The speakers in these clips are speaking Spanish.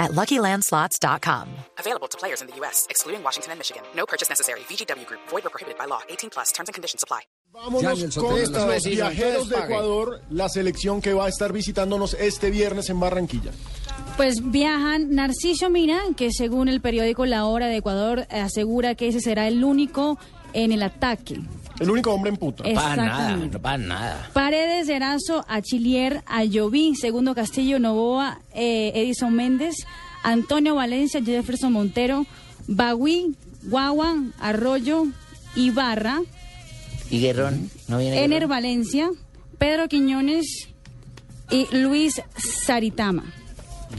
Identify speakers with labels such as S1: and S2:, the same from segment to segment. S1: at luckylandslots.com.
S2: Available to players in the U.S., excluding Washington and Michigan. No purchase necessary. VGW Group, void or prohibited by law. 18 plus terms and conditions apply.
S3: Vámonos
S4: Daniel
S3: con
S4: Sotelo. Esto
S3: los
S4: es decir,
S3: viajeros de
S4: ustedes paguen.
S3: Ecuador, la selección que va a estar visitándonos este viernes en Barranquilla.
S5: Pues viajan Narciso Mina, que según el periódico La Hora de Ecuador eh, asegura que ese será el único en el ataque.
S3: El único hombre en puta.
S4: Para nada,
S5: Exactamente.
S4: no para nada.
S5: Paredes, Erazo, Achillier, Ayoví, Segundo Castillo, Novoa, eh, Edison Méndez, Antonio Valencia, Jefferson Montero, Bagui, Guagua, Arroyo, Ibarra,
S4: ¿Y Guerrón? ¿No viene
S5: Ener
S4: Guerrón?
S5: Valencia, Pedro Quiñones y Luis Saritama.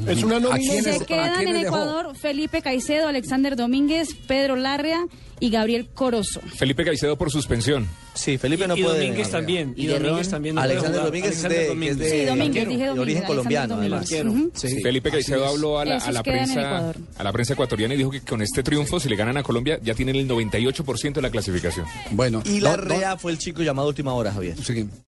S3: Es una nómina.
S4: quiénes-
S5: Se
S4: ¿A
S5: quedan
S4: quiénes
S5: en
S4: dejó?
S5: Ecuador Felipe Caicedo, Alexander Domínguez, Pedro Larrea y Gabriel Corozo.
S6: Felipe Caicedo por suspensión.
S7: Sí, Felipe no
S8: y
S7: puede.
S8: Domínguez también.
S4: Y
S8: Y,
S4: Guerrón,
S8: Domínguez también. no puede
S7: Alexander
S8: jugar.
S7: Domínguez es de-
S8: Alexander
S7: que es de-
S5: Sí, Domínguez,
S7: arquero,
S5: dije
S7: de origen
S5: Domínguez,
S7: colombiano,
S5: Alexander
S7: además.
S8: Domínguez.
S7: Sí.
S6: Felipe Caicedo habló a la, a
S5: Esos
S6: la
S5: quedan en
S6: prensa
S5: Ecuador.
S6: a la prensa ecuatoriana y dijo que con este triunfo, si le ganan a Colombia, ya tienen el 98% de la clasificación.
S4: Bueno,
S7: Y la
S4: don- don-
S7: REA fue el chico llamado Última Hora, Javier.
S4: sí.